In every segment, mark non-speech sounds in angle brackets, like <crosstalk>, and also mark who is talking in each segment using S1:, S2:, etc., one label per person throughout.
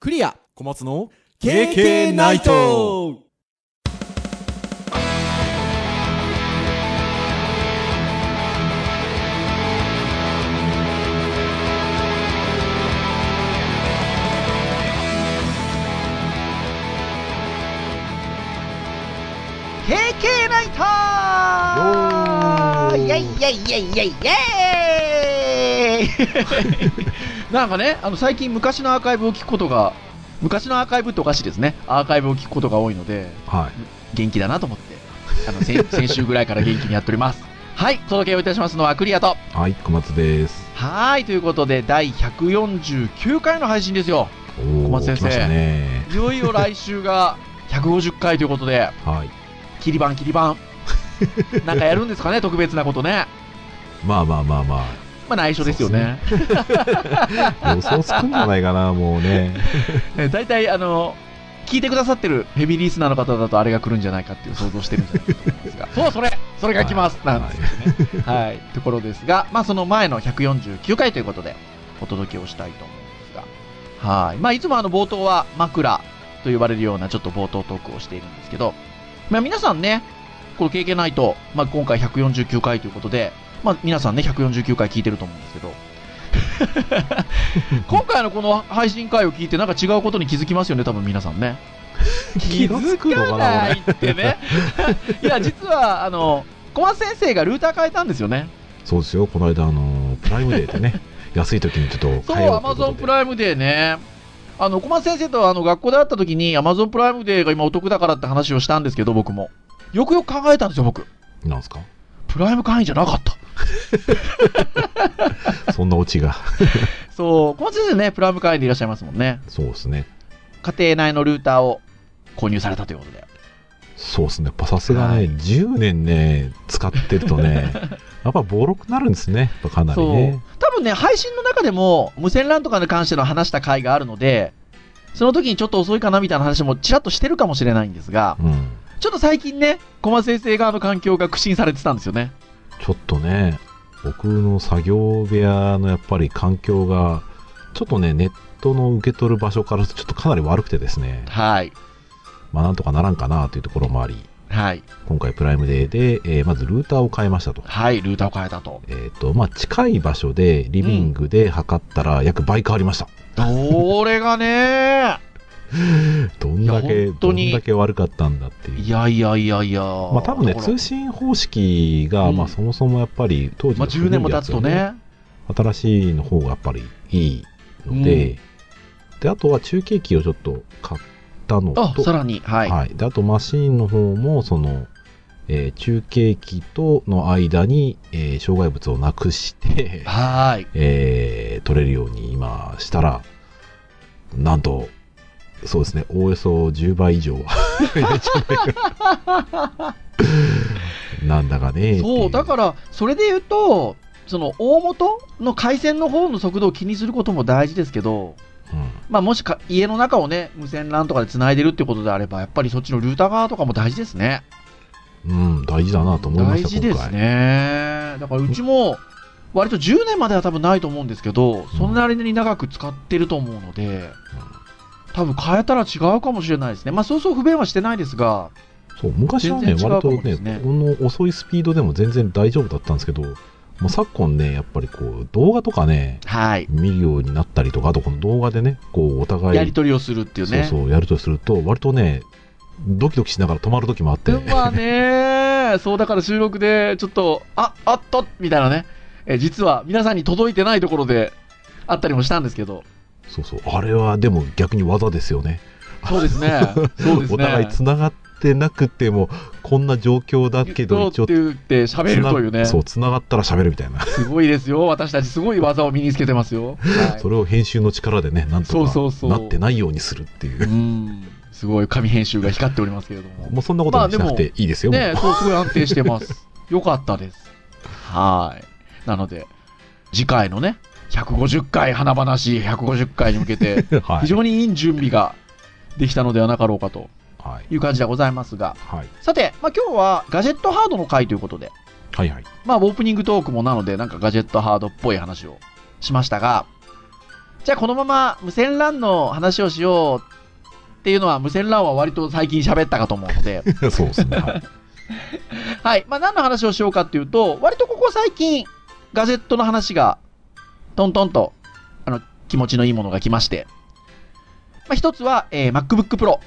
S1: クリア
S2: 小松の
S1: KK ナイト
S3: ナイター
S2: よー
S3: イェイイェイイェイイェイイェイ <laughs> なんかね、あの最近昔のアーカイブを聞くことが、昔のアーカイブっておかしいですね。アーカイブを聞くことが多いので、
S2: はい
S3: 元気だなと思って、あの <laughs> 先先週ぐらいから元気にやっております。はい、届けをいたしますのはクリアと。
S2: はい小松です
S3: はーい、ということで第149回の配信ですよ。
S2: おー
S3: 小松先生
S2: 来ましたね
S3: いよいよ来週が150回ということで、
S2: はい
S3: キリバンキリ <laughs> バン。なんかやるんですかね、特別なことね。
S2: まあまあまあま
S3: まあ内緒ですよね。
S2: あ予想つくんじゃないかな <laughs> もうね
S3: えー大体、あの、聞いてくださってるヘビーリスナーの方だとあれが来るんじゃないかっていう想像してるんじゃないかと思うんですが。 <laughs> そう、それそれが来ます、
S2: はい
S3: なんですよね。はい、ところですが、まあその前の149回ということでお届けをしたいと思うんですが、はい。まあいつもあの冒頭は枕と呼ばれるようなちょっと冒頭トークをしているんですけど、まあ皆さんね、この経験ないと、まあ今回149回ということで、まあ皆さんね、149回聞いてると思うんですけ
S2: <laughs>
S3: ど、今回のこの配信会を聞いてなんか違うことに気づきますよね、多分皆さんね。
S2: 気づくのかな
S3: 気づかないってね。いや、実は、あの、小松先生がルーター変えたんですよね。
S2: そうですよこの間あのプライムデーでね <laughs> 安い時にちょっと
S3: そう、
S2: 変えよ
S3: ア
S2: うとい
S3: マ
S2: うこ
S3: ゾン
S2: と
S3: プ
S2: で
S3: ライムデーね。あの、小松先生とあの学校で会った時に、アマゾンプライムデーが今お得だからって話をしたんですけど、僕も。よくよく考えたんですよ、僕。
S2: なんですか
S3: プライム会員じゃなかった。
S2: そんなオチが <laughs>
S3: そう、小松先生ね、プライム会員でいらっしゃいますもんね。
S2: そうですね
S3: 家庭内のルーターを購入されたということで。
S2: そうですねやっぱさすがね、
S3: はい
S2: 10年ね使ってるとねやっぱボロくなるんですねやっぱかなり
S3: そう
S2: ね。
S3: 多分ね、配信の中でも、無線 LAN とかに関しての話した回があるので、その時にちょっと遅いかなみたいな話もちらっとしてるかもしれないんですが、
S2: うん
S3: ちょっと最近ね、小松先生側の環境が苦心されてたんですよね。
S2: ちょっとね、僕の作業部屋のやっぱり環境が、ちょっとね、ネットの受け取る場所からちょっとかなり悪くてですね、
S3: はい。
S2: まあなんとかならんかなというところもあり、
S3: はい。
S2: 今回プライムデーで、えーまずルーターを変えましたと。
S3: はい、ルーターを変えたと。
S2: えっ、と、まあ近い場所でリビングで測ったら約倍変わりました。
S3: これがね、
S2: どんだ
S3: い
S2: け、
S3: や本当
S2: ど
S3: に
S2: んだけ悪かったんだっていう。
S3: いやいやいやいや。
S2: まあ多分ね、
S3: だから
S2: 通信方式が、
S3: うん
S2: まあそもそもやっぱり当時
S3: ま
S2: の
S3: あ10年も
S2: 古いや
S3: 経
S2: つ
S3: つ
S2: よ
S3: とね。
S2: 新しいの方がやっぱりいいので、であとは中継機をちょっと買ったのと
S3: あ、さらに、はい。
S2: はい、であとマシンの方もその、えー中継機との間に、えー障害物をなくして、
S3: はーい。
S2: <laughs> えー取れるように今したらなんとそうですねおおよそ10倍以上は <laughs> なんだかね
S3: そう、だ
S2: ら
S3: から、それで言うと、その、大元の回線の方の速度を気にすることも大事ですけど、まあ、もしか、家の中をね、無線 LAN とかで繋いでるってことであれば、やっぱりそっちのルーター側とかも大事ですね。
S2: うん、うん、大事だなと思いま
S3: 大
S2: した
S3: 事ですね。だから、うちも、割と10年までは多分ないと思うんですけど、そんなに長く使ってると思うので、多分変えたら違うかもしれないですね。まあ、そうそう不便はしてないですが、
S2: そう昔はね
S3: 全然違う
S2: 割と
S3: かもで
S2: ね
S3: すね
S2: この遅いスピードでも全然大丈夫だったんですけど、まあ、昨今ねやっぱりこう動画とかね
S3: はい。
S2: 見るようになったりとかあとこの動画でねこうお互い
S3: やり取りをするっていうね。
S2: そうそうやるとすると割とねドキドキしながら止まる時もあって、
S3: でもま
S2: <laughs>
S3: あね、そうだから収録でちょっと、ああっとみたいなね、え実は皆さんに届いてないところであったりもしたんですけど、
S2: そうそうあれはでも逆に技ですよね
S3: そうですね、そうですね。
S2: お互いつながってなくてもこんな状況だけど一
S3: そう
S2: 応
S3: って言って喋るというね、
S2: つな
S3: す
S2: そうつながったら喋るみたいな、
S3: ごいですよ、私たちすごい技を身につけてますよ。はい
S2: それを編集の力でねなんと
S3: そう
S2: か
S3: そうそう
S2: なってないようにするっていう
S3: うん、すごい紙編集が光っておりますけれども。
S2: もうそんなことはしなくていいですよ、
S3: ね
S2: もう
S3: そう、すごい安定し
S2: <laughs>
S3: てます。よかったです。はい。なので、次回のね、150回花々しい150回に向けて、
S2: <laughs> は
S3: 非
S2: い。
S3: 常にいい準備ができたのではなかろうかと
S2: はい。
S3: いう感じでございますが、
S2: はい。
S3: さて、まあ、今日はガジェットハードの回ということで、
S2: はいはい。
S3: まあ、オープニングトークもなので、なんかガジェットハードっぽい話をしましたが、じゃあこのまま無線 LAN の話をしようっていうのは、無線 LAN は割と最近喋ったかと思う
S2: <laughs>
S3: ので、
S2: そうですね。はい
S3: はい。まあ、何の話をしようかっていうと、割とここ最近、ガジェットの話が、トントンと、あの、気持ちのいいものが来まして。まあ、一つは、えー MacBook Pro。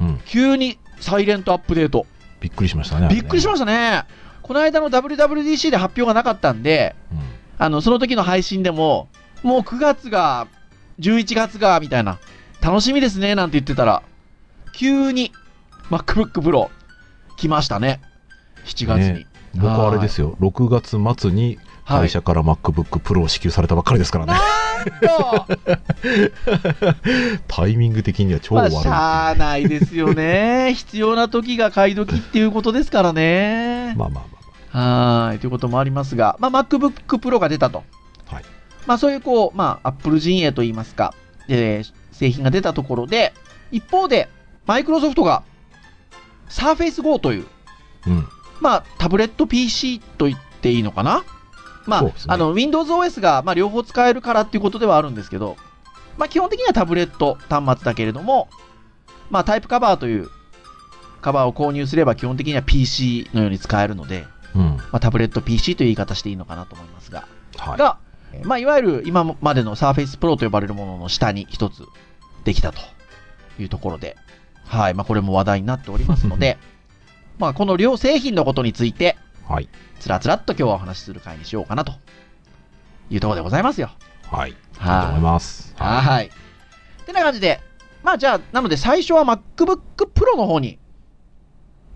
S2: うん。
S3: 急にサイレントアップデート。
S2: びっくりしましたね。
S3: びっくりしま
S2: し
S3: したね。この間の WWDC で発表がなかったんで、
S2: た。うん
S3: あの、その時の配信でも、もう9月が、11月が、みたいな、楽しみですね、なんて言ってたら、急に MacBook Pro 来ましたね。7月に。
S2: ね僕はあれですよ、6月末に
S3: は
S2: 会
S3: い。 <laughs>
S2: 社から MacBook Pro を支給されたばっかりですからね、
S3: なんと
S2: タイミング的には超
S3: ま
S2: 悪いっ
S3: あ、
S2: ていう
S3: しゃあないですよね。必要な時が買い時っていうことですからね。
S2: まあまあま
S3: はーい。ということもありますが、まあ、MacBook Pro が出たと。
S2: はい。
S3: まあ、そういう、こう、まあ、Apple 陣営といいますか、えー製品が出たところで、一方で、Microsoft が、Surface Go という、
S2: あ、うん、
S3: まあ、タブレット PC と言っていいのかな。まあ、
S2: そうですね
S3: あの、Windows OS が、まあ、両方使えるからっていうことではあるんですけど、まあ、基本的にはタブレット端末だけれども、まあ、タイプカバーというカバーを購入すれば基本的には PC のように使えるので、
S2: うん、
S3: まあ、タブレット PC という言い方していいのかなと思いますが、
S2: はい、
S3: が、まあ、いわゆる今までの Surface Pro と呼ばれるものの下に一つできたというところで、はい、まあ、これも話題になっておりますの
S2: <laughs>
S3: で、まあ、この両製品のことについて、
S2: はい、
S3: つらつらっと今日はお話しする会にしようかなというところでございますよ。
S2: はい、
S3: はい
S2: いいと思います。はい
S3: はい。てな感じで、まあじゃあ、なので最初は MacBook Pro の方に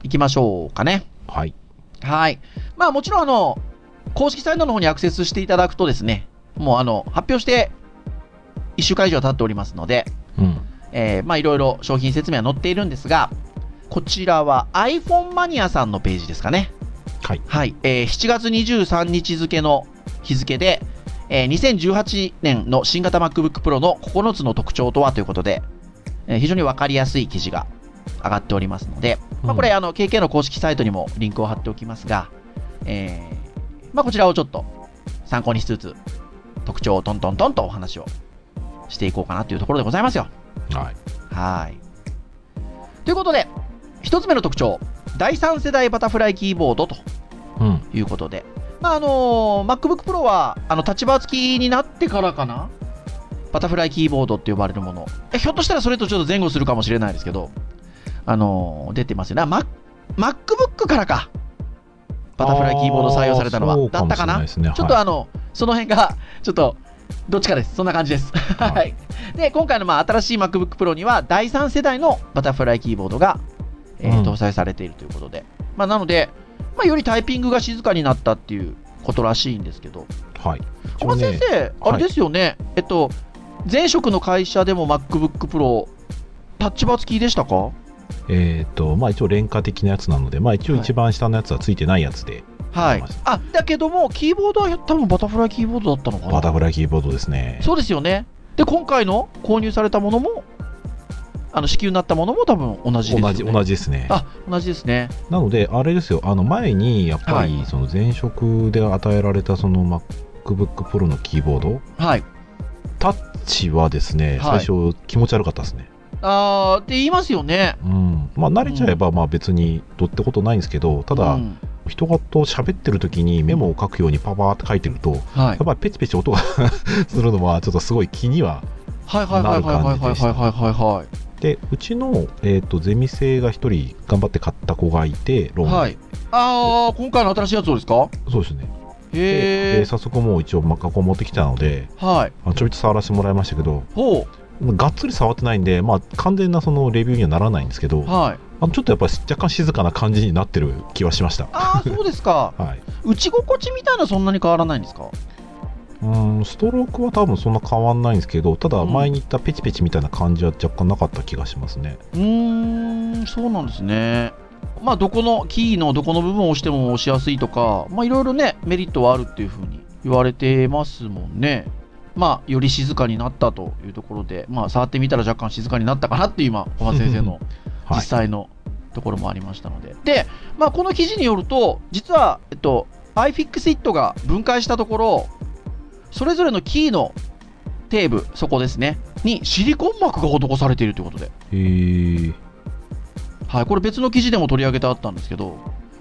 S3: 行きましょうかね。
S2: はい、
S3: はい。まあもちろんあの、公式サイトの方にアクセスしていただくとですね、もうあの、発表して1週間以上経っておりますので、
S2: うん、
S3: えーまあいろいろ商品説明は載っているんですが、こちらは iPhone マニアさんのページですかね。
S2: はい、
S3: はい、えー7月23日付の日付で、えー2018年の新型 MacBook Pro の9つの特徴とはということで、えー非常に分かりやすい記事が上がっておりますので、まあ、これ、あの KK の公式サイトにもリンクを貼っておきますが、えーまあ、こちらをちょっと参考にしつつ、特徴をトントントンとお話をしていこうかなというところでございますよ。
S2: はい、
S3: はい。ということで、一つ目の特徴、第3世代バタフライキーボードと
S2: うん、
S3: ということで、まああの MacBook Pro はあの立場付きになってからかなバタフライキーボードって呼ばれるものえひょっとしたらそれとちょっと前後するかもしれないですけど、あのー出てますよね、マ MacBook からかバタフライキーボード採用された
S2: あ
S3: の
S2: ーそ
S3: は
S2: う
S3: だったか
S2: も
S3: な
S2: しれいですね、
S3: ちょっと
S2: はい
S3: あの、その辺が、ちょっと、どっちかです。そんな感じです。は。
S2: はい
S3: で、今回のまあ新しい MacBook Pro には、第3世代のバタフライキーボードが、えー
S2: うん
S3: 搭載されているということで。まあ、なので、まあ、よりタイピングが静かになったっていうことらしいんですけど、
S2: はい、
S3: 小松先生、
S2: はい
S3: あれですよね、えっと、前職の会社でも MacBook Pro、タッチバー付きでしたか
S2: えっ、と、まあ一応、廉価的なやつなので、まあ一応、
S3: はい
S2: 一番下のやつはついてないやつで、
S3: はい
S2: そうです。
S3: あ、だけども、キーボードは多分バタフライキーボードだったのかな
S2: バタフライキーボードですね。
S3: そうですよね。で、今回の購入されたものも、あの支給になったものも多分同じですよ
S2: 同
S3: ね。
S2: じ同じですね。
S3: あ、同じですね。
S2: なので、あれですよ、あの前にやっぱ
S3: は
S2: りその前職で与えられたその MacBook Pro のキーボード、
S3: はい。
S2: タッチはですね、
S3: はい
S2: 最初、気持ち悪かったですね。
S3: あーって言いますよね。
S2: うんまあ、慣れちゃえばまあ別にどうってことないんですけど、ただ、
S3: うん
S2: 人がと喋ってる時にメモを書くようにパパーって書いてると、や
S3: はい
S2: っ。ぱりペチペチ音が <laughs> するのは、ちょっとすごい気には
S3: はいはいはいはいはいはいはいはいはい
S2: でうちの、えー、とゼミ生が一人頑張って買った子がいてローンで、
S3: はい。はい。あー今回の新しいやつをですか
S2: そうですねで
S3: へ
S2: で早速もう一応マカコン持ってきたので
S3: ーはい。
S2: あちょびっと触らせてもらいましたけど
S3: ほ
S2: がっつり触ってないんで、まあ、完全なそのレビューにはならないんですけど、
S3: う。はい。
S2: あのちょっとやっぱり若干静かな感じになってる気はしました、。
S3: あーそうですか
S2: <laughs> はい、
S3: 打ち心地みたいなそんなに変わらないんですか
S2: うんストロークは多分そんな変わんないんですけどただ
S3: うん
S2: 前に言ったペチペチみたいな感じは若干なかった気がしますね、
S3: うーん、そうなんですね。まあ、どこの、キーのどこの部分を押しても押しやすいとか、まあ、いろいろね、メリットはあるっていうふうに言われてますもんね。まあ、より静かになったというところで、まあ、触ってみたら若干静かになったかなっていう今、小松先生の
S2: は
S3: 実
S2: い、
S3: 際のところもありましたので。で、まあ、この記事によると、実は、えっと、iFixit が分解したところ、それぞれのキーの底部、そこですね、にシリコン膜が施されているということで、
S2: えー、
S3: はい、これ別の記事でも取り上げてあったんですけど、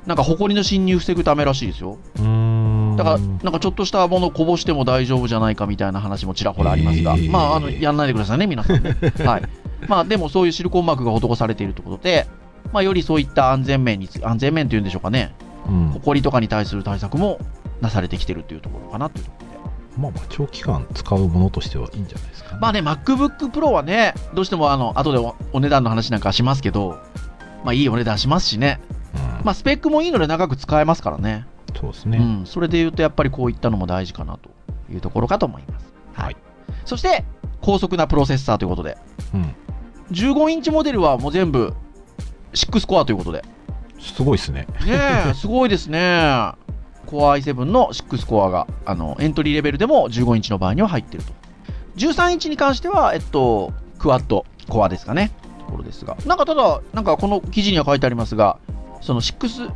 S3: なんか埃の侵入を防ぐためらしいですよ。
S2: うーん
S3: だから、なんかちょっとしたものをこぼしても大丈夫じゃないかみたいな話もちらほらありますが、
S2: えー
S3: まあ、あの、やんないでくださいね、皆さんね。はい。 <laughs> まあ、でもそういうシリコン膜が施されているということで、まあ、よりそういった安全面につ、安全面というんでしょうかね、
S2: うん
S3: 埃とかに対する対策もなされてきてるっていうところかなというところで。
S2: まあまあ長期間使うものとしてはいいんじゃないですか、ね
S3: まあね、MacBook Pro はね、どうしてもあの、後でおお値段の話なんかしますけど、まあ、いいお値段しますしね。
S2: うん
S3: まあ、スペックもいいので長く使えますからね。
S2: そうですね、
S3: うん、それで言うとやっぱりこういったのも大事かなというところかと思います。はい。
S2: はい
S3: そして、高速なプロセッサーということで、
S2: うん
S3: 15インチモデルはもう全部6コアということで、
S2: すごいですね
S3: ねえ、すごいですね。Core i7 の6コアがあのエントリーレベルでも15インチの場合には入ってると。13インチに関しては、えっと、クワッドコアですかね。ところですが。なんかただ、なんかこの記事には書いてありますが、その6、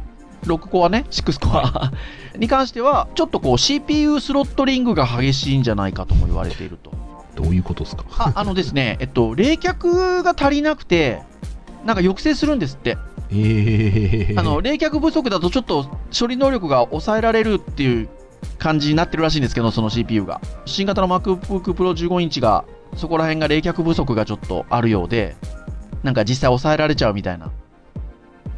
S3: 6コアね、6コアに関しては、ちょっとこう CPU スロットリングが激しいんじゃないかとも言われていると。
S2: <laughs> どういうことですか
S3: あ、あのですね、えっと、冷却が足りなくて、なんか抑制するんですって。
S2: えー、
S3: あの冷却不足だとちょっと処理能力が抑えられるっていう感じになってるらしいんですけど、その CPU が。新型の MacBook Pro 15インチが、そこら辺が冷却不足がちょっとあるようで、なんか実際抑えられちゃうみたいな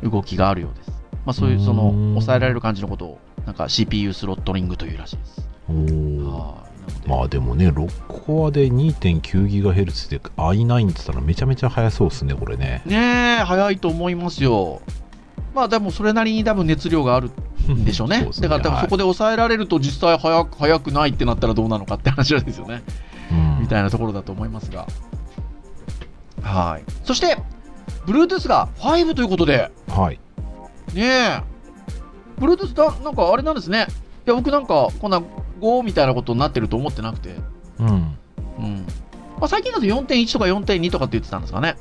S3: 動きがあるようです。まあ、そういう
S2: うーん
S3: その抑えられる感じのことを、なんか CPU スロットリングというらしいです。
S2: おー
S3: はいなので
S2: まあでもね6コアで 2.9GHz で i9 って言ったらめちゃめちゃ速そうですねこれね
S3: ねえ、早いと思いますよ。まあでもそれなりに多分熱量があるん <laughs> でしょうね。
S2: そうです
S3: だから多分
S2: はい
S3: そこで抑えられると実際早く早くないってなったらどうなのかって話なんですよね。
S2: うん
S3: みたいなところだと思いますが。はい。そして、Bluetooth が5ということで、
S2: はい
S3: ねえ。Bluetooth だ、なんかあれなんですね。いや、僕なんかこんな5みたいなことになってると思ってなくて。
S2: うん
S3: うん。まあ、最近だと4.1とか4.2とかって言ってたんですかね。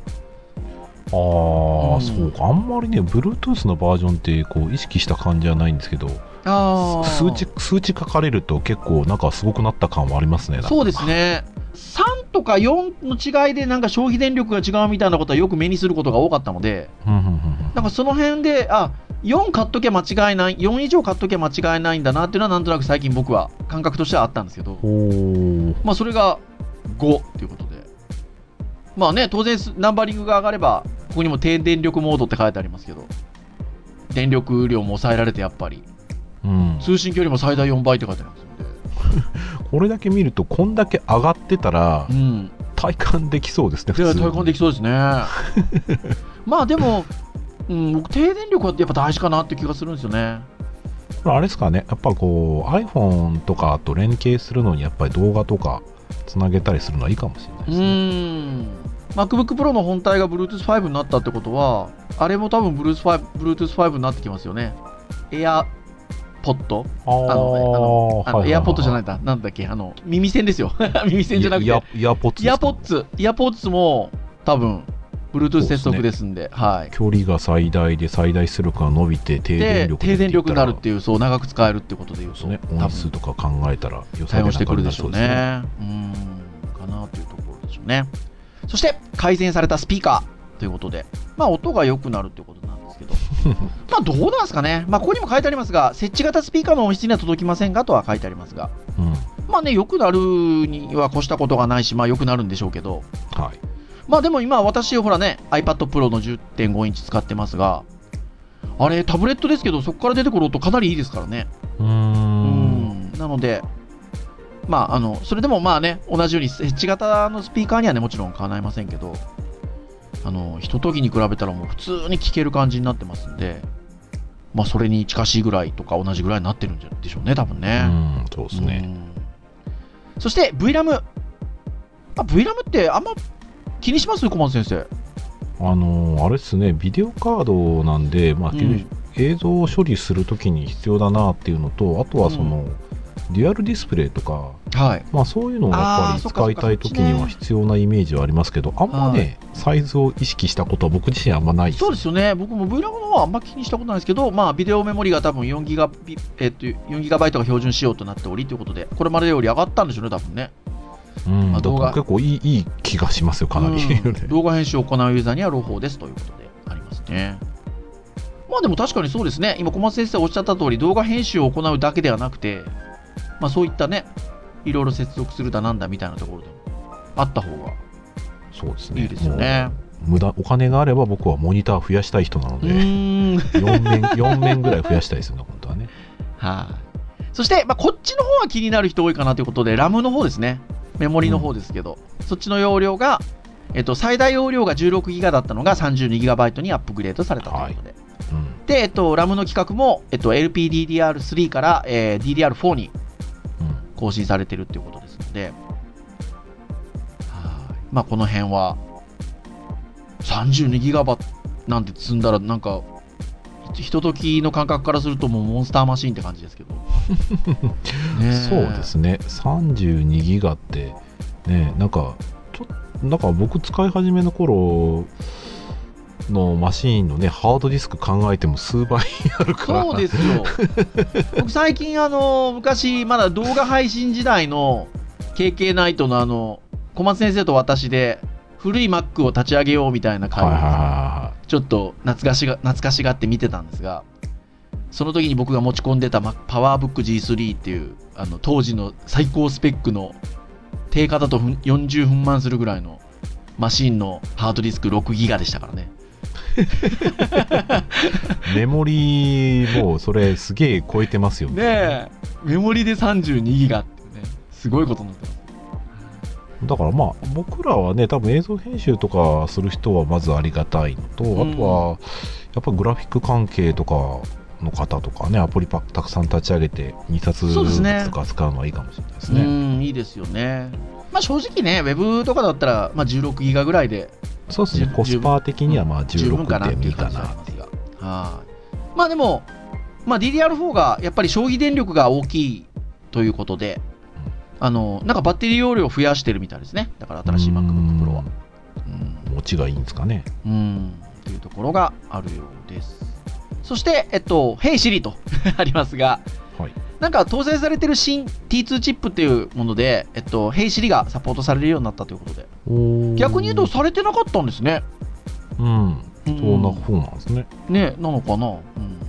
S2: ああ、
S3: うん
S2: そうかあんまりね Bluetooth のバージョンってこう意識した感じはないんですけど
S3: あ
S2: す数値数値書かれると結構なんかすごくなった感はありますねなんか
S3: そうですね。3とか4の違いでなんか消費電力が違うみたいなことはよく目にすることが多かったので、
S2: うんうんうんうん
S3: なんかその辺で、あ、4買っときゃ間違いない、4以上買っときゃ間違いないんだなっていうのはなんとなく最近僕は感覚としてはあったんですけど、
S2: おー
S3: まあそれが5ということで。まあね、当然すナンバリングが上がれば、ここにも低電力モードって書いてありますけど、電力量も抑えられてやっぱり、
S2: うん、
S3: 通信距離も最大4倍って書いてありますので、
S2: これだけ見るとこんだけ上がってたら
S3: うん。
S2: 体感できそうですね
S3: いや体感でき
S2: き
S3: そう
S2: <laughs>
S3: ですねまあでも、うん、僕低電力はやっぱ大事かなって気がするんですよね
S2: あれですかねやっぱこう iPhone とかと連携するのにやっぱり動画とかつなげたりするのはいいかもしれないうですね
S3: ん MacBookPro の本体が Bluetooth5 になったってことはあれも多分 Bluetooth5, Bluetooth5 になってきますよね AirPod
S2: あー
S3: あのねあのあの AirPod じゃないいんだなんだっけあの耳栓ですよ <laughs> 耳栓じゃなく
S2: イヤ
S3: て
S2: イヤポッツ
S3: イヤポッツイヤポッツも多分 Bluetooth 接続ですんではい
S2: 距離が最大で最大出力が伸びて低電
S3: で
S2: 力
S3: 低電力になるっ
S2: い
S3: ていうそう長く使えるっていうことで言う
S2: う
S3: と、
S2: ね
S3: 多
S2: 音
S3: 分
S2: 数とか考えたら予
S3: 対
S2: 算
S3: 応してくるでしょうね。うん、かなというところでしょうね。そして、改善されたスピーカーということで、まあ、音が良くなるということなんです <laughs> けど、まあ、どうなんですかね。まあ、ここにも書いてありますが、設置型スピーカーの音質には届きませんがとは書いてありますが、
S2: うん
S3: まあね、良くなるには越したことがないし、まあ、良くなるんでしょうけど、
S2: はい
S3: まあ、でも今、私、ほらね、iPad Pro の10.5インチ使ってますが、あれ、タブレットですけど、そこから出てくる音かなりいいですからね。
S2: うーん
S3: うんなので、まあ、あのそれでもまあね同じように設置型のスピーカーにはねもちろん叶いませんけどあのひとときに比べたらもう普通に聞ける感じになってますんで、まあ、それに近しいぐらいとか同じぐらいになってるんじゃでしょうね多分
S2: う
S3: ね。
S2: んそうですね
S3: うんそして VRAM。あ VRAM ってあんま気にします小松先生。
S2: あのーあれですねビデオカードなんでまあ
S3: うん
S2: 映像を処理するときに必要だなっていうのとあとはその、デュアルディスプレイとか、
S3: はい。
S2: まあ、そういうのをや
S3: あー
S2: っ
S3: そっ
S2: ぱ
S3: か
S2: り使いたいときに
S3: そっ
S2: は
S3: ち
S2: 必要なイメージはありますけどあんまね、サイズを意識したことは僕自身あんまない
S3: そうですよね、僕も VRAM の方はあんま気にしたことないですけど、まあ、ビデオメモリが多分4ギガビ、えっと4ギガバイトが標準仕様となっておりということで、これまでより上がったんでしょうね、多分ね。
S2: うん
S3: まあ動画
S2: だから結構いいいい気がしますよ、かな <laughs> り。
S3: うん動画編集を行うユーザーには朗報ですということでありますね。まあでも確かにそうですね、今、小松先生おっしゃった通り、動画編集を行うだけではなくて、まあそういったね、いろいろ接続するだなんだみたいなところでもあった方が
S2: そうですね。
S3: いいですよね。
S2: もう無駄お金があれば僕はモニター増やしたい人なの
S3: う <laughs>
S2: で、
S3: ーん。はい、
S2: 4面、4面ぐらい増やしたいですよね、本当はね。
S3: そして、まあ、こっちの方は気になる人多いかなということで、RAM の方ですね。メモリの方ですけど、そっちの容量が、えっと、最大容量が 16GB だったのが 32GB にアップグレードされたということで。
S2: うん。
S3: で、えっと、ラムの規格も、えっと、LPDDR3 から、えー DDR4 に
S2: うん
S3: 更新されてるっていうことですので、はーいまあ、この辺は、32ギガバなんて積んだら、なんか、ひひとときの感覚からすると、もうモンスターマシーンって感じです
S2: <laughs>
S3: けど。ねえ
S2: そうですね。32ギガって、ね、なんか、ちょなんか僕使い始めの頃のマシーンのね、ハードディスク考えても数倍あるから。
S3: そうです
S2: <laughs>
S3: よ。僕最近あの昔まだ動画配信時代の KK ナイトのあの小松先生と私で古い Mac を立ち上げようみたい
S2: は
S3: な
S2: い
S3: 会
S2: はいはい
S3: を
S2: は
S3: ちょっと懐かしが懐かしがって見てたんですが、その時に僕が持ち込んでた Mac- PowerBook G3 っていうあの当時の最高スペックの低価だとふん40分満するぐらいのマシンのハードディスク6ギガでしたからね。
S2: い。メモリー、もうそれすげえ超えてますよね。
S3: ねえメモリで32ギガってねすごいことになってます
S2: だからまあ僕らはね多分映像編集とかする人はまずありがたいのと、
S3: ん
S2: あとはやっぱグラフィック関係とかの方とかねアプリパックたくさん立ち上げて2冊
S3: そうですね
S2: ずつか使うのはいいかもしれないです
S3: う
S2: ね。
S3: んいいですよねまあ正直ねウェブとかだったら、まあ、16ギガぐらいで
S2: そうですね
S3: 十
S2: コスパ的にはまあ
S3: 十分かなっていう
S2: 16.2
S3: 感
S2: か
S3: じなん
S2: な。
S3: ですがはいまあでも、まあ、DDR4 がやっぱり消費電力が大きいということであのなんかバッテリー容量を増やしてるみたいですねだから新しい MacBookPro はうん
S2: うん持ちがいいんですかね。
S3: うん、というところがあるようです。そして、えっと、ヘイシリと <laughs> ありますが、
S2: はい
S3: なんか搭載されてる新 T2 チップっていうもので、えっと、ヘイシリがサポートされるようになったということで、逆に言うとされてなかったんですね。
S2: うん
S3: そ
S2: そんな方なんですね。
S3: ね、なのかな、うん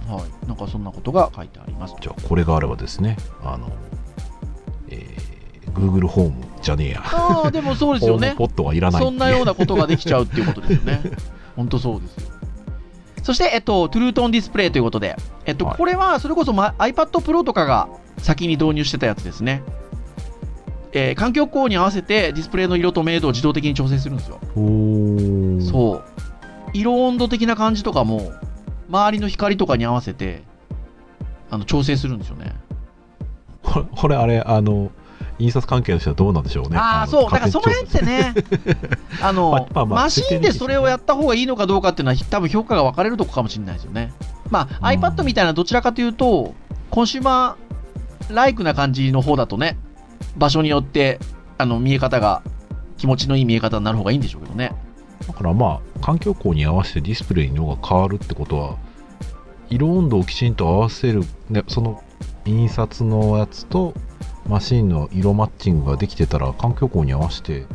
S3: はい、なんかそんなことが書いてあります。
S2: じゃあこれがあればですねあの、えー、Google ホームじゃねえや。
S3: ああ、でもそうです
S2: ホ
S3: よ
S2: ーム <laughs>
S3: ね。
S2: ポットはいらないってい
S3: そ
S2: うん
S3: なようなことができちゃうっていうことですよね。 <laughs> 本当そうですよ。そして、えっと、トゥルートンディスプレイということで、えっと、
S2: はい
S3: これはそれこそ、ま、iPad Pro とかが先に導入してたやつですね。えー環境光に合わせてディスプレイの色と明度を自動的に調整するんですよ。
S2: おー
S3: そう。色温度的な感じとかも、周りの光とかに合わせて、あの、調整するんですよね。
S2: これこれあれあの印刷関係の人はどうなんでしょうね
S3: ああ、
S2: の
S3: そう。だからその
S2: 勝手
S3: 辺
S2: に
S3: ってね、 <laughs> あの、
S2: まあまあまあ
S3: マシンでそれをやった方がいいのかどうかっていうのは、多分評価が分かれるとこかもしれないですよね。まあ、
S2: うん
S3: iPad みたいなどちらかというと、コンシューマーライクな感じの方だとね、場所によって、あの、見え方が、気持ちのいい見え方になる方がいいんでしょうけどね。
S2: だからまあ環境光に合わせてディスプレイの色が変わるってことは色温度をきちんと合わせる、ね、その印刷のやつとマシンの色マッチングができてたら環境光に合わせて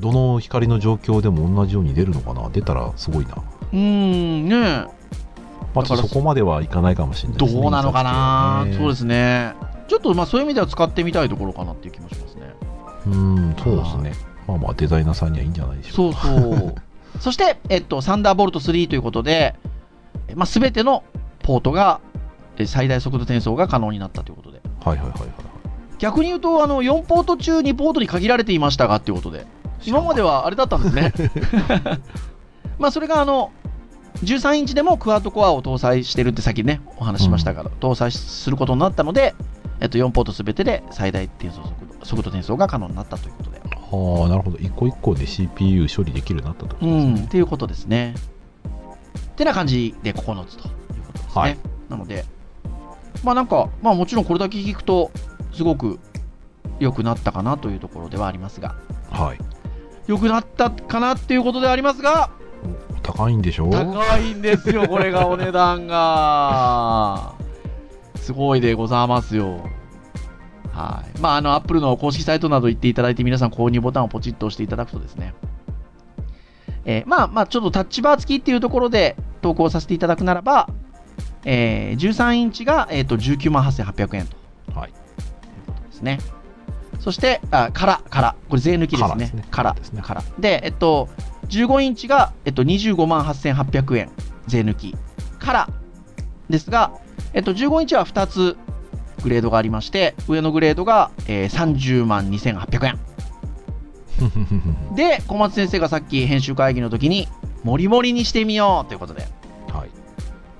S2: どの光の状況でも同じように出るのかな出たらすごいな、
S3: うーん、ねえ
S2: まあ、
S3: だ
S2: ちょ
S3: か
S2: っ
S3: ら
S2: とそこまではいかないかもしれない
S3: どうなのかな、そうですすね。ちょっとまあそういう意味では使ってみたいところかなっていう気もしますね。
S2: ねうんそうですねまあまあデザイナーさんにはいいんじゃないでしょうか
S3: そうそう。 <laughs> そして、えっと、サンダーボルト3ということで、えまあ、全てのポートが、え最大速度転送が可能になったということで。
S2: はいはいはいはいはい。
S3: 逆に言うと、あの、4ポート中2ポートに限られていましたが、ということで。今まではあれだったんですね。まあ、それが、あの、13インチでもクワッドコアを搭載してるって先ね、お話ししましたが、搭載することになったので、えっと、4ポート全てで最大転送速度、速度転送が可能になったということで。
S2: はあ、なるほど。一個一個で CPU 処理できるようになったってこと
S3: う
S2: です
S3: ん、
S2: ね。
S3: っていうことですね。ってな感じで9つということですね。
S2: はい
S3: なので、まあなんか、まあもちろんこれだけ聞くと、すごく良くなったかなというところではありますが、
S2: はい。
S3: 良くなったかなっていうことではありますが、
S2: 高いんでしょ
S3: 高いんです <laughs> よ、これがお値段が。すごいでございますよ。はい。まあ、あの、Apple の公式サイトなど行っていただいて、皆さん購入ボタンをポチッと押していただくとですね、えーまあ、まあ、ちょっとタッチバー付きっていうところで投稿させていただくならば、えー13インチが、えー、と19万8800円と
S2: はい。
S3: ですね。そして、あ、から、から。これ税抜きですね。か
S2: カラ
S3: ら
S2: ーで。すね。
S3: から。で、えっと、15インチが、えっと、25万8800円、税抜き。から、ですが、えっと、15インチは2つグレードがありまして、上のグレードが、えー30万2800円。で、小松先生がさっき編集会議の時に、もりもりにしてみようということで、
S2: はい。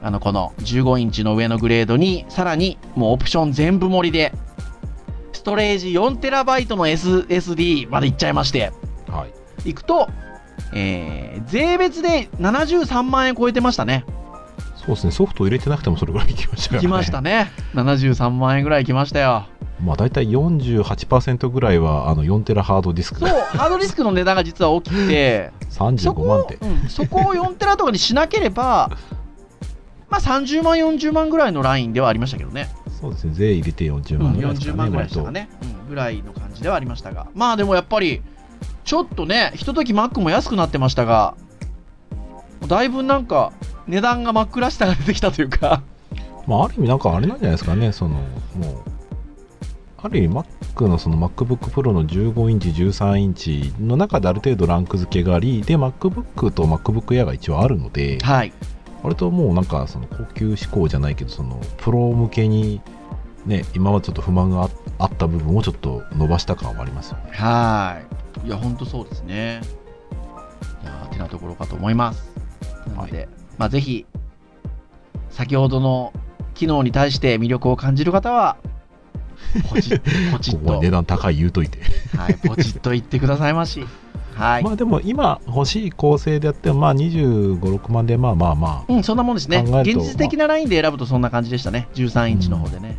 S3: あの、この15インチの上のグレードに、さらに、もうオプション全部盛りで、ストレージ 4TB の SSD までいっちゃいまして、
S2: はい。
S3: いくと、えー税別で73万円超えてましたね。
S2: そうですね。ソフト入れてなくてもそれぐらいいきましたから
S3: い
S2: ね。
S3: きましたね。73万円ぐらいいきましたよ。
S2: まあ大体48%ぐらいはあの4テラハードディスク
S3: そう、
S2: が
S3: ハードディスクの値段が実は大きく <laughs> て、そ
S2: 35
S3: こ
S2: 万
S3: を
S2: 点、
S3: うんそこを4テラとかにしなければ、まあ30万、40万ぐらいのラインではありましたけどね。
S2: そうですね税入れて40
S3: うん
S2: 万ぐらいです
S3: 40
S2: かね割と
S3: 万ぐらいでしたかね。うんぐらいの感じではありましたが。まあでもやっぱり、ちょっとね、ひととき Mac も安くなってましたが、だいぶなんか、値段が真っ暗しさが出てきたというか。
S2: まあある意味なんかあれなんじゃないですかねそのもうある意味 Mac のその MacBookPro の15インチ13インチの中である程度ランク付けがありで MacBook と MacBookAir が一応あるので
S3: はい。
S2: 割ともうなんかその高級志向じゃないけどそのプロ向けにね今はちょっと不満がああった部分をちょっと伸ばした感はありますよね
S3: はい。いや、本当そうですね。いやー、てなところかと思います。なので、まあ、ぜひ、先ほどの機能に対して魅力を感じる方は、ポチ
S2: <laughs>
S3: ッ、ポチ
S2: こ
S3: ッ
S2: ことは、値段高い言うといて
S3: はい、ポチッと言ってくださいまし。はい。
S2: まあでも今欲しい構成でやってもまあ2 5 6万でまあまあま
S3: うん、そんなもんですね。
S2: 考える
S3: 現
S2: と
S3: 実的なラインで選ぶとそんな感じでしたね。13インチの方でね。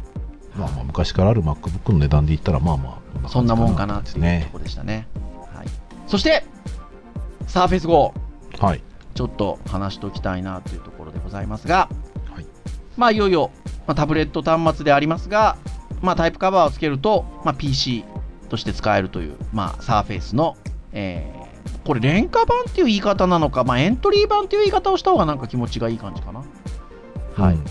S2: あまあまあ昔からある MacBook の値段で言ったらまあまあ
S3: そんなもんかな
S2: っ
S3: ってて
S2: 感じ
S3: いうと
S2: ね
S3: ころでしたね。はい。そして、サーフェイス GO。
S2: はい
S3: ちょっと話しておきたいなというところでございますが、
S2: はい
S3: まあいよいよ、まあ、タブレット端末でありますが、まあ、タイプカバーをつけると、まあ、PC として使えるという、まあ、サーフェイスの、えーこれ廉価版っていう言い方なのか、まあ、エントリー版っていう言い方をした方がなんか気持ちがいい感じかな、はい
S2: うん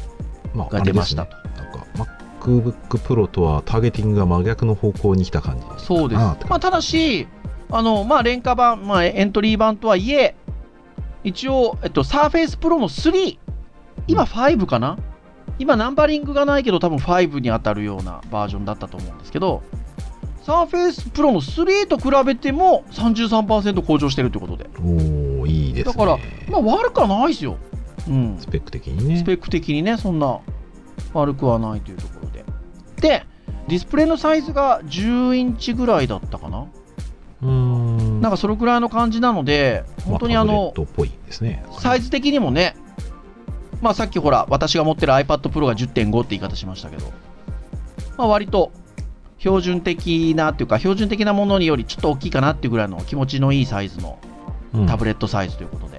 S2: まあ
S3: が
S2: あ
S3: 出
S2: れ
S3: ま
S2: で
S3: し
S2: す
S3: た
S2: ね
S3: と。
S2: なんか MacBookPro とはターゲティングが真逆の方向に来た感じ
S3: そうです。
S2: あーって
S3: まあ、ただし、あの、まあ、廉価版、まあ、エントリー版とはいえ、一応、えっと、サーフェイスプロの3、今5かな今ナンバリングがないけど、多分5に当たるようなバージョンだったと思うんですけど、サーフェイスプロの3と比べても33%向上してるということで、
S2: おおいいですね
S3: だからまあ、悪くはないですよ。うん。
S2: スペック的にね
S3: スペック的にね、そんな悪くはないというところで。で、ディスプレイのサイズが10インチぐらいだったかな
S2: うーん
S3: なんかそれくらいの感じなので、本当にあ
S2: ま
S3: の
S2: タブ、レットっぽいですね
S3: サイズ的にもね、まあさっきほら、私が持ってる iPad Pro が10.5って言い方しましたけど、まあ割と標準的なっていうか、標準的なものによりちょっと大きいかなっていうぐらいの気持ちのいいサイズの
S2: うん
S3: タブレットサイズということで。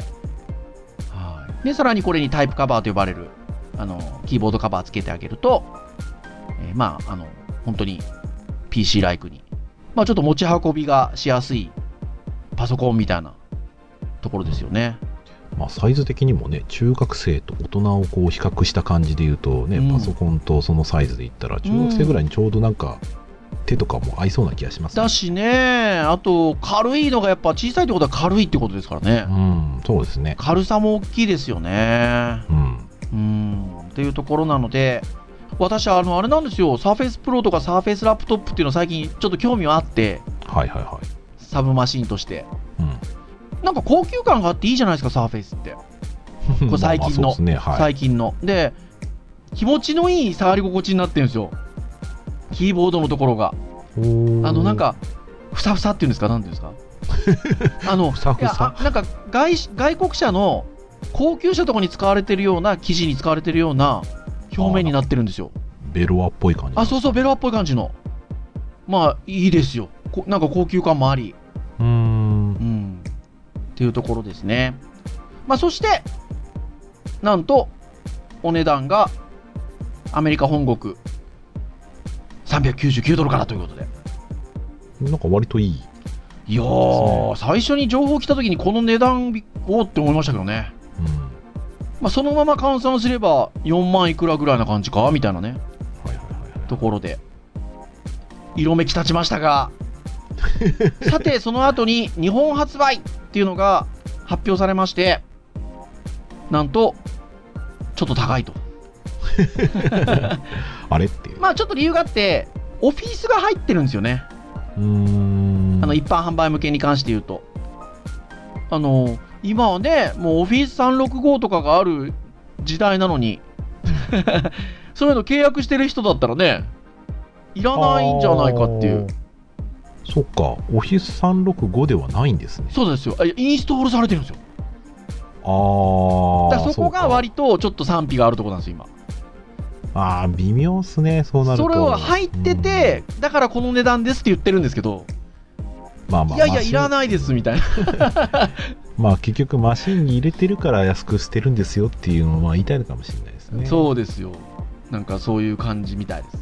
S3: はいで、さらにこれにタイプカバーと呼ばれる、あの、キーボードカバーつけてあげると、えーまあ、あの、本当に PC ライクに、まあちょっと持ち運びがしやすいパソコンみたいなところですよね。
S2: まあ、サイズ的にもね中学生と大人をこう比較した感じで言うとね、
S3: うん
S2: パソコンとそのサイズで言ったら中学生ぐらいにちょうどなんか、手とかも合いそうな気がします、ね
S3: だ、しね、あと、軽いのがやっぱ小さいってことは軽いってことですからね
S2: う。んそうですね
S3: 軽さも大きいですよね。
S2: うん
S3: うんっていうところなので私あのあれなんですよ Surface Pro とか Surface ラップトップっていうの最近ちょっと興味はあって
S2: はいはいは
S3: サブマシンとして
S2: い、
S3: なんか高級感があっていいじゃないですか Surface って、
S2: うん、
S3: これ最近の
S2: まあまあそうですねはい、
S3: 最近ので気持ちのいい触り心地になってるんですよキーボードのところがあのなんかふさふさっていうんですかなんていうんです
S2: <laughs>
S3: かあの
S2: ふさふさ
S3: いやあなんか外し外国車の高級車とかに使われてるような生地に使われてるような表面になってるんですよ
S2: ベロアっぽい感じ
S3: あそうそうベロアっぽい感じのまあいいですよこなんか高級感もあり
S2: うーん
S3: うんっていうところですねまあそしてなんとお値段がアメリカ本国399ドルからということで。
S2: なんか割といい
S3: いやー、最初に情報来た時にこの値段びおーって思いましたけどね。
S2: うん
S3: まあ、そのまま換算すれば4万いくらぐらいな感じかみたいなね、
S2: はいはいはいはい
S3: ところで。色めき立ちましたが、さて、その後に日本発売っていうのが発表されまして、なんと、ちょっと高いと。
S2: あれっていう、
S3: まあ、ちょっと理由があって、オフィスが入ってるんですよね。
S2: うーん
S3: あの一般販売向けに関して言うと。あの、今はね、もうオフィス365とかがある時代なのに、そういうの契約してる人だったらね、いらないんじゃないかってい
S2: あ
S3: う。
S2: ーそっかオフィス365ではないんですね
S3: そうですよ。あインストールされてるんですよ。
S2: あー
S3: だからそこが割とちょっと賛否があるところなんですよ、今。
S2: そうかあー微妙っすねそうなると
S3: それは入ってて、だからこの値段ですって言ってるんですけど、
S2: うんまあまあ
S3: いやいや、いら
S2: い
S3: ないですみたいな。
S2: まあ結局マシンに入れてるから安くしてるんですよっていうのは言いたいのかもしれないですね
S3: そうですよ。なんかそういう感じみたいです。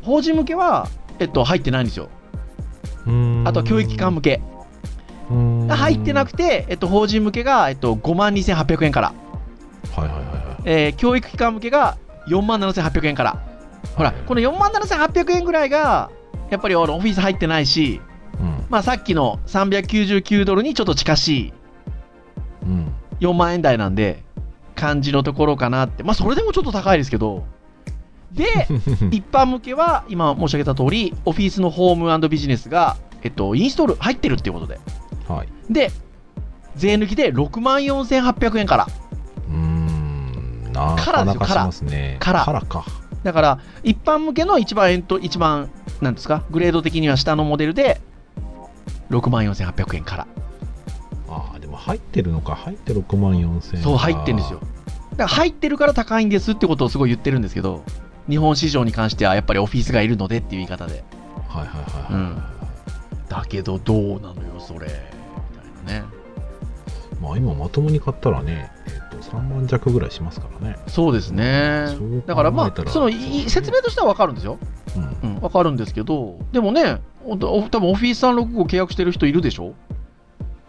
S3: 法人向けは、えっと、入ってないんですよ。
S2: うーん
S3: あとは教育機関向け
S2: うーん
S3: が入ってなくて、えっと、法人向けが、えっと、5万2800円から、
S2: はいはいはいは
S3: えー教育機関向けが4万7800円からほらこの4万7800円ぐらいがやっぱりあのオフィス入ってないし、
S2: いうん
S3: まあ、さっきの399ドルにちょっと近し
S2: うん
S3: い4万円台なんで感じのところかなってまあそれでもちょっと高いですけどで <laughs> 一般向けは今申し上げた通りオフィスのホームビジネスが、えっと、インストール入ってるっていうことで
S2: <laughs> はい
S3: で税抜きで6万4800円から
S2: うーんな
S3: カ
S2: か
S3: ラ
S2: な
S3: ーですよ
S2: かしますね
S3: カラー
S2: カラーか
S3: だから一般向けの一番円と一番なんですかグレード的には下のモデルで6万4800円から
S2: ああでも入ってるのか入って6万4000円
S3: そう入ってるんですよだから入ってるから高いんですってことをすごい言ってるんですけど日本市場に関してはやっぱりオフィスがいるのでっていう言い方で
S2: はいはいはいはい、
S3: だけどどうなのよそれみたいなね
S2: まあ今まともに買ったらね、えっと3万弱ぐらいしますからね
S3: そうですね
S2: そう考えたら
S3: だからま
S2: そう
S3: あ
S2: ね
S3: そのいい説明としては分かるんですよ、
S2: うん
S3: うん、分かるんですけどでもねほんとお多分オフィス365契約してる人いるでしょ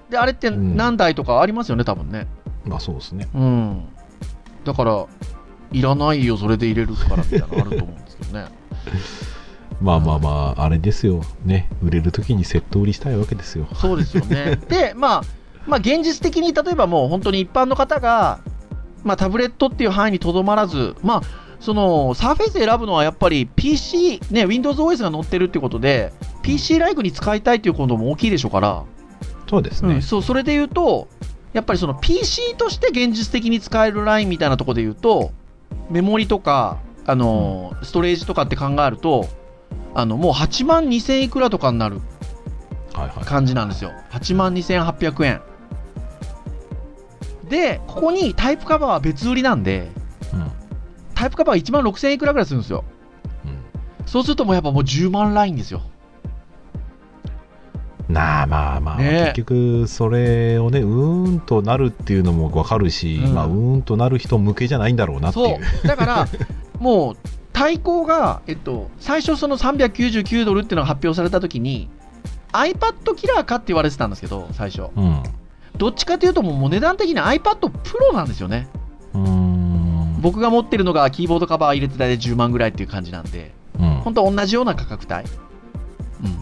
S3: であれって
S2: うん
S3: 何台とかありますよね多分ね
S2: まあそうですね
S3: うん、だから、いらないよ、それで入れるからみたいなのあると思うんですけどね。
S2: まあまあまああれですよね売れる時にセット売りしたいわけですよ
S3: そうですよね。 <laughs> で、まあ、まあ、現実的に例えばもう本当に一般の方が、まあ、タブレットっていう範囲にとどまらず、まあ、そのサーフェイス選ぶのはやっぱり PC、ね、WindowsOS が載ってるってことで、PC ライクに使いたいということも大きいでしょうから、
S2: そうです
S3: う
S2: ね
S3: ん、そうそれで言うと、やっぱりその PC として現実的に使えるラインみたいなところで言うと、メモリとか、あのーストレージとかって考えると、あのもう8万2000いくらとかになる
S2: はいはい
S3: 感じなんですよ。8万2800円。で、ここにタイプカバーは別売りなんで、
S2: うん
S3: タイプカバーが1万6000いくらぐらいするんですよ。そうするともうやっぱもう10万ラインですよ。
S2: うんなあまあまあ、
S3: ね
S2: 結局それをねうーんとなるっていうのもわかるし、
S3: うん
S2: まあうーんとなる人向けじゃないんだろうなっていう
S3: そうだからもう対抗が、えっと、最初その399ドルっていうのが発表された時に iPad キラーかって言われてたんですけど最初
S2: う、ん、う
S3: どっちかというともうもう値段的に iPad プロなんですよね
S2: ーん
S3: 僕が持ってるのがキーボードカバー入れて大体10万ぐらいっていう感じなんで
S2: うん
S3: 本当は同じような価格帯、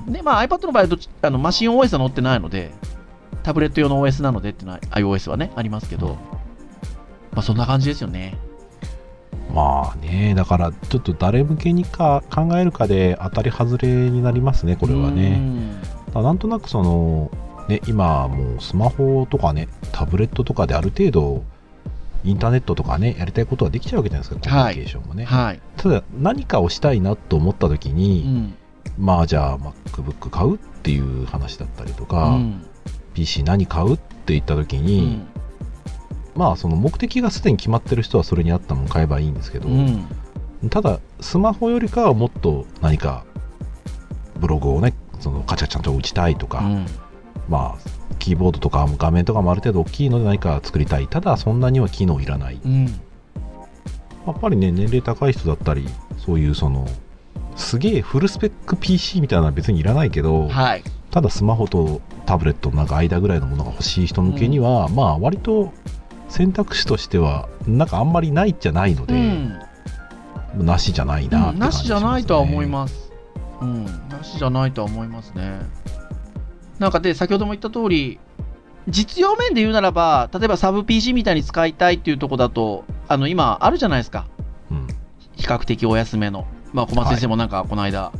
S3: うん、でまあ iPad の場合はどっちあのマシン OS は載ってないのでタブレット用の OS なのでっていうのは iOS はねありますけど、まあそんな感じですよね
S2: まあね、だからちょっと誰向けにか考えるかで当たり外れになりますね、これは
S3: う
S2: ね。
S3: ん
S2: だからなんとなくその、ね、今もうスマホとかね、タブレットとかである程度、インターネットとかね、やりたいことはできちゃうわけじゃないですか、コミュニケーションもね。
S3: はい、
S2: ただ、何かをしたいなと思った時
S3: う
S2: に、
S3: ん
S2: まあじゃあ MacBook 買うっていう話だったりと
S3: う
S2: か、
S3: ん
S2: PC 何買うって言った時
S3: う
S2: に、
S3: ん
S2: まあその目的がすでに決まってる人はそれに合ったもの買えばいいんですけど、
S3: うん
S2: ただスマホよりかはもっと何かブログをねそのカチャカチャと打ちたいとか、
S3: うん
S2: まあキーボードとか画面とかもある程度大きいので何か作りたいただそんなには機能いらない
S3: うん
S2: やっぱりね年齢高い人だったりそういうそのすげえフルスペック PC みたいなのは別にいらないけど、
S3: はい。
S2: ただスマホとタブレットのなんか間ぐらいのものが欲しい人向けには、まあ割と選択肢としてはなんかあんまりないじゃないので、
S3: うん。
S2: なしじゃないなっ
S3: う
S2: て感
S3: んな
S2: じ
S3: し
S2: しますね、
S3: じゃないとは思います。うん、なしじゃないとは思いますね。なんかで、先ほども言った通り、実用面で言うならば、例えばサブ PC みたいに使いたいっていうとこだと、あの、今あるじゃないですか。
S2: うん
S3: 比較的お安めの。まあ、小松先生もなんか、この間、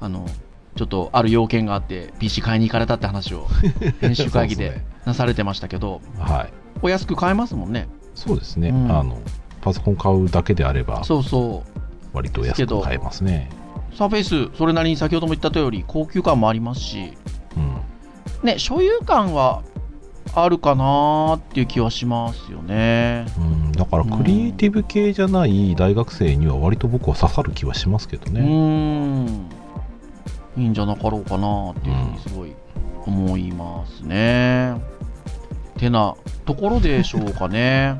S3: あの、ちょっとある要件があって、PC 買いに行かれたって話 <laughs> を、編集会議
S2: そう
S3: で
S2: で
S3: なされてましたけど、
S2: すねはい
S3: お安く買えますもんね。
S2: そうですね、
S3: うん
S2: あのパソコン買うだけであれば
S3: そうそう。
S2: 割と安く買えますね
S3: サーフェイス、それなりに先ほども言った通り、高級感もありますし、
S2: うん
S3: ね、所有感はあるかなーっていう気はしますよね。
S2: うん、だからクリエイティブ系じゃない大学生には割と僕は刺さる気はしますけど
S3: う
S2: ね、
S3: ーん。いいんじゃなかろうかなっていうふうにすごい思いますね。てなところでしょうかね。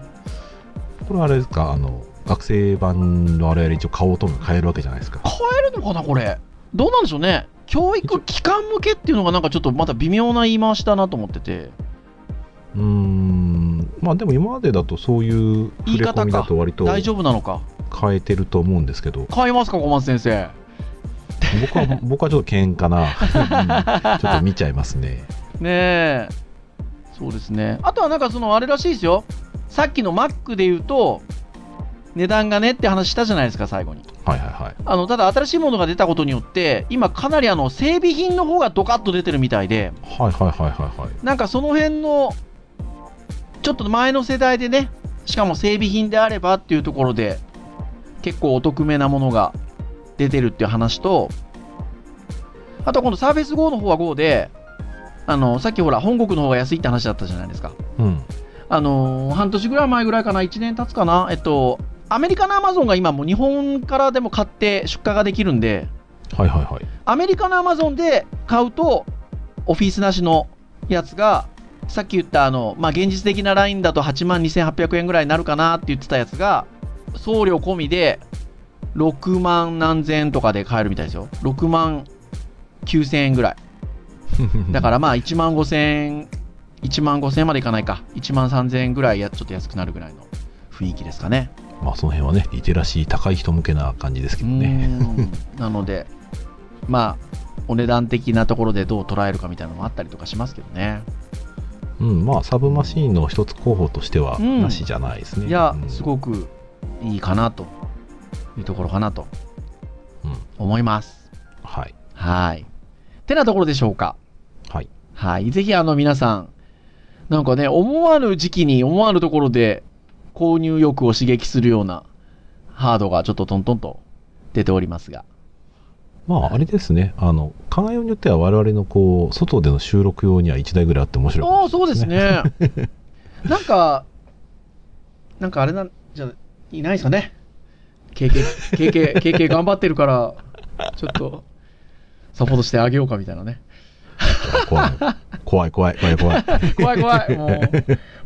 S2: これあれですかあの学生版のあれ一応買おうとも買えるわけじゃないですか
S3: <laughs> 買えるのかな、これ。どうなんでしょうね。教育機関向けっていうのがなんかちょっとまた微妙な言い回しだなと思ってて。
S2: うーんまあでも今までだとそういう触れ込みだと割と
S3: 大丈夫なのか。
S2: 変えてると思うんですけど
S3: 買いますか、小松先生。
S2: 僕
S3: <laughs>
S2: は僕はちょっと喧嘩な、うんちょっと見ちゃいますね
S3: ねえそうですねあとはなんかそのあれらしいですよさっきのマックで言うと値段がねって話したじゃないですか最後に
S2: はいはいはい
S3: あのただ新しいものが出たことによって今かなりあの整備品の方がドカッと出てるみたいで
S2: はいはいはいはいはい
S3: なんかその辺のちょっと前の世代でねしかも整備品であればっていうところで結構お得めなものが出てるっていう話とあとはこのサーフェス GO の方は GO であのさっきほら本国の方が安いって話だったじゃないですか
S2: うん
S3: あのー半年ぐらい前ぐらいかな1年経つかなえっとアメリカのアマゾンが今もう日本からでも買って出荷ができるんで
S2: はいはいはい
S3: アメリカのアマゾンで買うと、オフィスなしのやつが、さっき言ったあの、まあ、現実的なラインだと8万2800円ぐらいになるかなって言ってたやつが、送料込みで6万何千円とかで買えるみたいですよ。6万9000円ぐらい。だからまあ1万5000円、1万5000円までいかないか。1万3000円ぐらいや、ちょっと安くなるぐらいの雰囲気ですかね。
S2: <laughs> まあその辺はねリテラシー高い人向けな感じですけどね
S3: うーんなので、まあ、お値段的なところでどう捉えるかみたいなのもあったりとかしますけどね。
S2: うん、まあサブマシーンの一つ候補としては
S3: うん
S2: なしじゃないですね。
S3: いや
S2: う、ん
S3: すごくいいかなというところかなと
S2: うん
S3: 思います。
S2: はい。
S3: はい。てなところでしょうか。
S2: はい。
S3: はい。ぜひ、あの、皆さん、なんかね、思わぬ時期に思わぬところで購入欲を刺激するようなハードがちょっとトントンと出ておりますが。
S2: まああれですね、あの、考えようによっては我々のこう、外での収録用には1台ぐらいあって面白いか
S3: あ
S2: も
S3: あ、そうですね。
S2: <laughs>
S3: なんか、なんかあれなんじゃ、いないですかね。KK、KK、KK 頑張ってるから、ちょっと、サポートしてあげようかみたいなね。
S2: 怖い。怖い怖い
S3: <laughs>
S2: 怖い怖い。
S3: 怖い怖い。もう、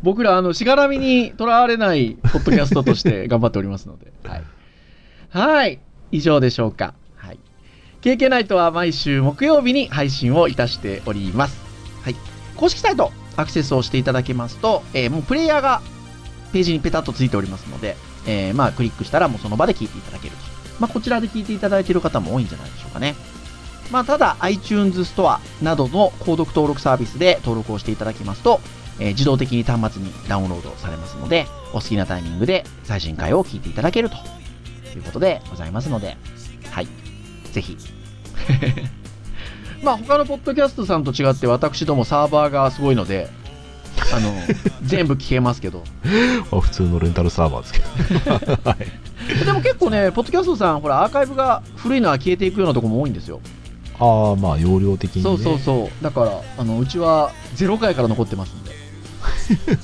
S3: 僕ら、あの、しがらみにとらわれない、ポッドキャストとして頑張っておりますので。はい。はい。以上でしょうか。はい。KK ナイトは毎週木曜日に配信をいたしております。はい。公式サイト、アクセスをしていただけますと、えーもうプレイヤーがページにペタッとついておりますので、えーまあ、クリックしたらもうその場で聞いていただけると。まあ、こちらで聞いていただいている方も多いんじゃないでしょうかね。まあ、ただ iTunes ストアなどの購読登録サービスで登録をしていただきますと、えー自動的に端末にダウンロードされますので、お好きなタイミングで最新回を聞いていただけるということでございますので、はい。ぜひ。 <laughs> まあ、他のポッドキャストさんと違って、私どもサーバーがすごいので、あの、 <laughs> 全部聞けますけど。
S2: まあ普通のレンタルサーバーですけど。
S3: でも結構ね、ポッドキャストさん、ほら、アーカイブが古いのは消えていくようなとこも多いんですよ。
S2: ああ、まあ容量的にね。
S3: そうそうそう。だから、あの、うちは0回から残ってますんで。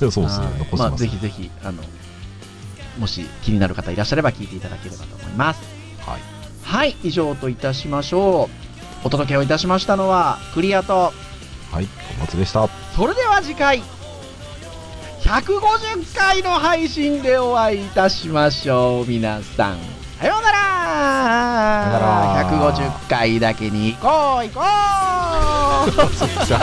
S2: <laughs> そう。そうですね
S3: は。い
S2: 残し
S3: まあ、
S2: ます
S3: ぜ。ひぜひ、あの、もし気になる方いらっしゃれば聞いていただければと思います。
S2: はい。
S3: はい、以上といたしましょう。お届けをいたしましたのは、クリアと、
S2: はい。お祭りで
S3: <laughs>
S2: した。
S3: それでは次回、150回の配信でお会いいたしましょう。皆さん、さようならあ
S2: だから
S3: ー150回だけに行こう行こう
S2: ついちゃう